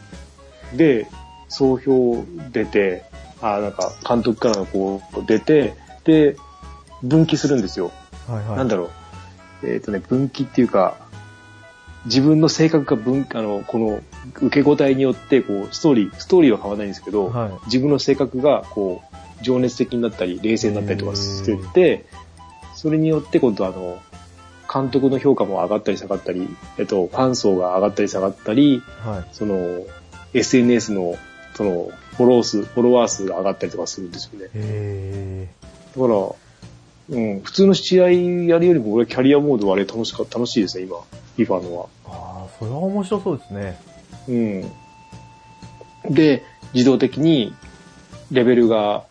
Speaker 2: い。で、総評出て、あなんか、監督からのこう、出て、で、分岐するんですよ。
Speaker 1: はいはい。
Speaker 2: なんだろう。えっ、とね、分岐っていうか、自分の性格が分、あの、この、受け答えによって、こう、ストーリー、ストーリーは変わらないんですけど、
Speaker 1: は
Speaker 2: 自分の性格が、こう、情熱的になったり、冷静になったりとかしてて、それによって、今度あの、監督の評価も上がったり下がったり、えっと、ファン層が上がったり下がったり、
Speaker 1: い。はい。
Speaker 2: その、SNS の、その、フォロー数、フォロワー数が上がったりとかするんですよね。
Speaker 1: へ
Speaker 2: だから、うん、普通の試合やるよりも俺はキャリアモードはあれ楽しか楽しいですね、今、FIFA のは。
Speaker 1: ああ、それは面白そうですね。
Speaker 2: うん。で、自動的にレベルが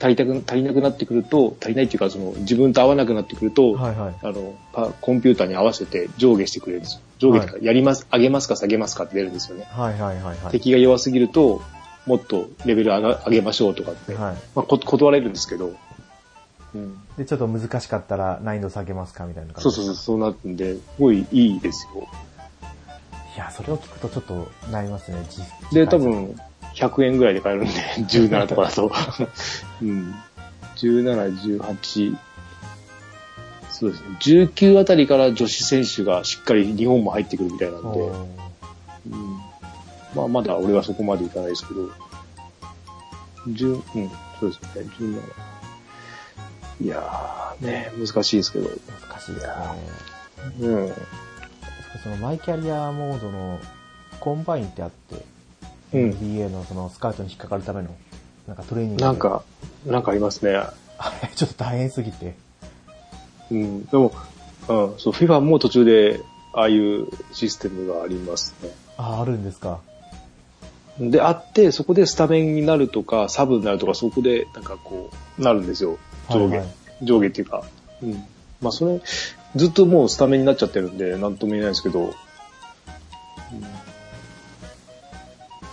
Speaker 2: 足りたく足りなくなってくると、足りないっていうか、その自分と合わなくなってくると、
Speaker 1: はいはい。
Speaker 2: あのパコンピューターに合わせて上下してくれるんですよ。上下とか、やります、上げますか下げますかって出るんですよね。
Speaker 1: はいはいはいはい。
Speaker 2: 敵が弱すぎると、もっとレベル上が上げましょうとかって、
Speaker 1: はい。
Speaker 2: まあ、こ断れるんですけど、うん、
Speaker 1: で、ちょっと難しかったら難易度下げますかみたいな感じ。
Speaker 2: そうそうそう、そうなってんで、すごいいいですよ。
Speaker 1: いや、それを聞くとちょっとなりますね。じ
Speaker 2: で、多。分、100円ぐらいで買えるんで、17とかだと。 うん。17、18。そうですね。19あたりから女子選手がしっかり日本も入ってくるみたいなんで、
Speaker 1: おー
Speaker 2: うん、まあ、まだ俺はそこまでいかないですけど、10、うん、そうですね、17。いやー、ね、難しいですけど、
Speaker 1: 難しいですね
Speaker 2: い。うん。
Speaker 1: そのマイキャリアモードのコンバインってあって、
Speaker 2: うん。
Speaker 1: BA のそのスカートに引っかかるための、なんかトレーニング。
Speaker 2: なん。か、なんかありますね。
Speaker 1: あれ、 ちょっと大変すぎて。
Speaker 2: うん、でも、うん、そう、FIFA も途中で、ああいうシステムがあります
Speaker 1: ああ、あるんですか。
Speaker 2: ね。で、あって、そこでスタメンになるとか、サブになるとか、そこで、なんかこう、なるんですよ。上下。
Speaker 1: はいはい
Speaker 2: 上下っていうか。うん。まあ、それ、ずっともうスタメンになっちゃってるんで、なんとも言えないですけど、
Speaker 1: い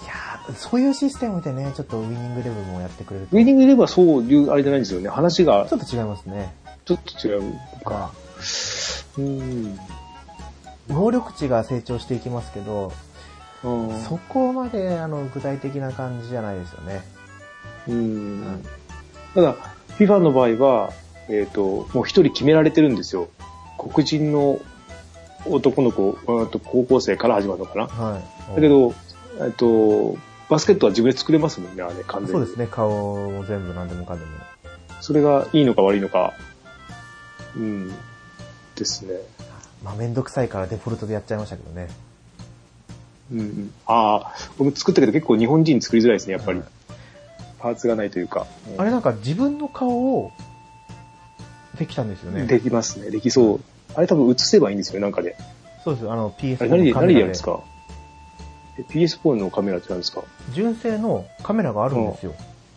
Speaker 1: やーそういうシステムでね、ちょっとウィニングレベルもやってくれると
Speaker 2: ウィニングではそういうあれじゃないんですよね。話が
Speaker 1: ちょっと違いますね。
Speaker 2: ちょっと違うとか。うん。
Speaker 1: 能力値が成長していきますけど、
Speaker 2: うん。
Speaker 1: そこまであの具体的な感じじゃないですよね。
Speaker 2: うん。ただ、FIFA の場合は、えっ、と、もう一人決められてるんですよ。黒人の男の子、うんと高校生から始まるのかな。だ
Speaker 1: はい。
Speaker 2: け、ど、えっ、と、バスケットは自分で作れますもんね、あれ、完全
Speaker 1: そ
Speaker 2: に。
Speaker 1: うですね、顔も全部何でもかんでも。
Speaker 2: それがいいのか悪いのか。うん。ですね。
Speaker 1: まあ、めんどくさいからデフォルトでやっちゃいましたけどね。
Speaker 2: うんうん。ああ、俺も作ったけど結構日本人作りづらいですね、やっぱり。
Speaker 1: はい
Speaker 2: パーツがないというか。うん
Speaker 1: あれなんか自分の顔をできたんですよね。
Speaker 2: できますね。できそう。あれ多分映せばいいんですよね、なんかで。
Speaker 1: そうです。あの PS4 の
Speaker 2: あれ
Speaker 1: カ
Speaker 2: 何
Speaker 1: メラ
Speaker 2: で、何でやるんですかえ ?PS4 のカメラって何ですか
Speaker 1: 純正のカメラがあるんですよ。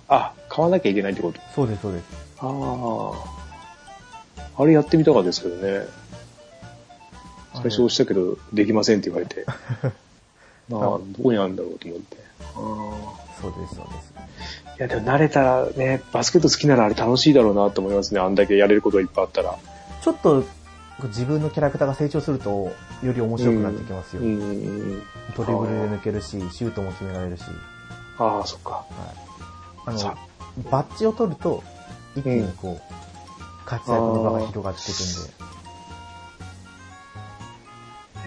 Speaker 2: あ、買わなきゃいけないってこと
Speaker 1: そうです、そうです。
Speaker 2: ああ。あれやってみたかったですけどね。最初押したけど、できませんって言われ て。まあ、どこにあるんだろうと思って。あ
Speaker 1: そうです、そうです。
Speaker 2: あ。いや、でも慣れたらね、バスケット好きならあれ楽しいだろうなと思いますね。あんだけやれることがいっぱいあったら。
Speaker 1: ちょっと自分のキャラクターが成長すると、より面白くなってきますよ。
Speaker 2: うんうんうん。
Speaker 1: ドリブルで抜けるし、シュートも決められるし。
Speaker 2: ああ、そっか。
Speaker 1: あの
Speaker 2: さ、
Speaker 1: バッジを取ると、一気にこう、活躍の場が広がっていくんで。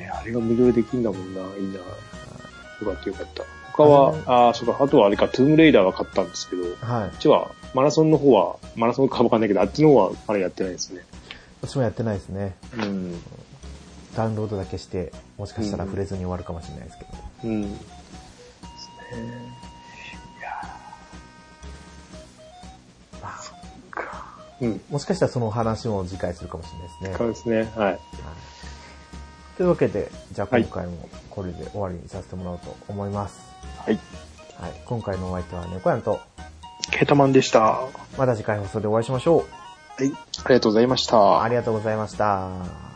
Speaker 2: ねあれが無料でできるんだもんな、いいな。よかったよかった。他は、ああ、そうか、あとはあれか、トゥームレイダーは買ったんですけど、こ
Speaker 1: はい
Speaker 2: っ。ちは、マラソンの方は、マラソンかわかんないけど、あっちの方は、あれやってないですね。
Speaker 1: 私もやってないですね。
Speaker 2: うん。
Speaker 1: ダウンロードだけして、もしかしたら触れずに終わるかもしれないですけど。
Speaker 2: うん。ですね。いや
Speaker 1: まあ
Speaker 2: ーか。うん。
Speaker 1: もしかしたらその話も次回するかもしれないですね。
Speaker 2: そうですね。はい。
Speaker 1: というわけで、じゃあ
Speaker 2: はい
Speaker 1: 今回もこれで終わりにさせてもらおうと思います。
Speaker 2: はい。
Speaker 1: はい、今回のお相手は猫やんと、
Speaker 2: ケータマンでした。は
Speaker 1: また次回放送でお会いしましょう。
Speaker 2: い。ありがとうございました。
Speaker 1: ありがとうございました。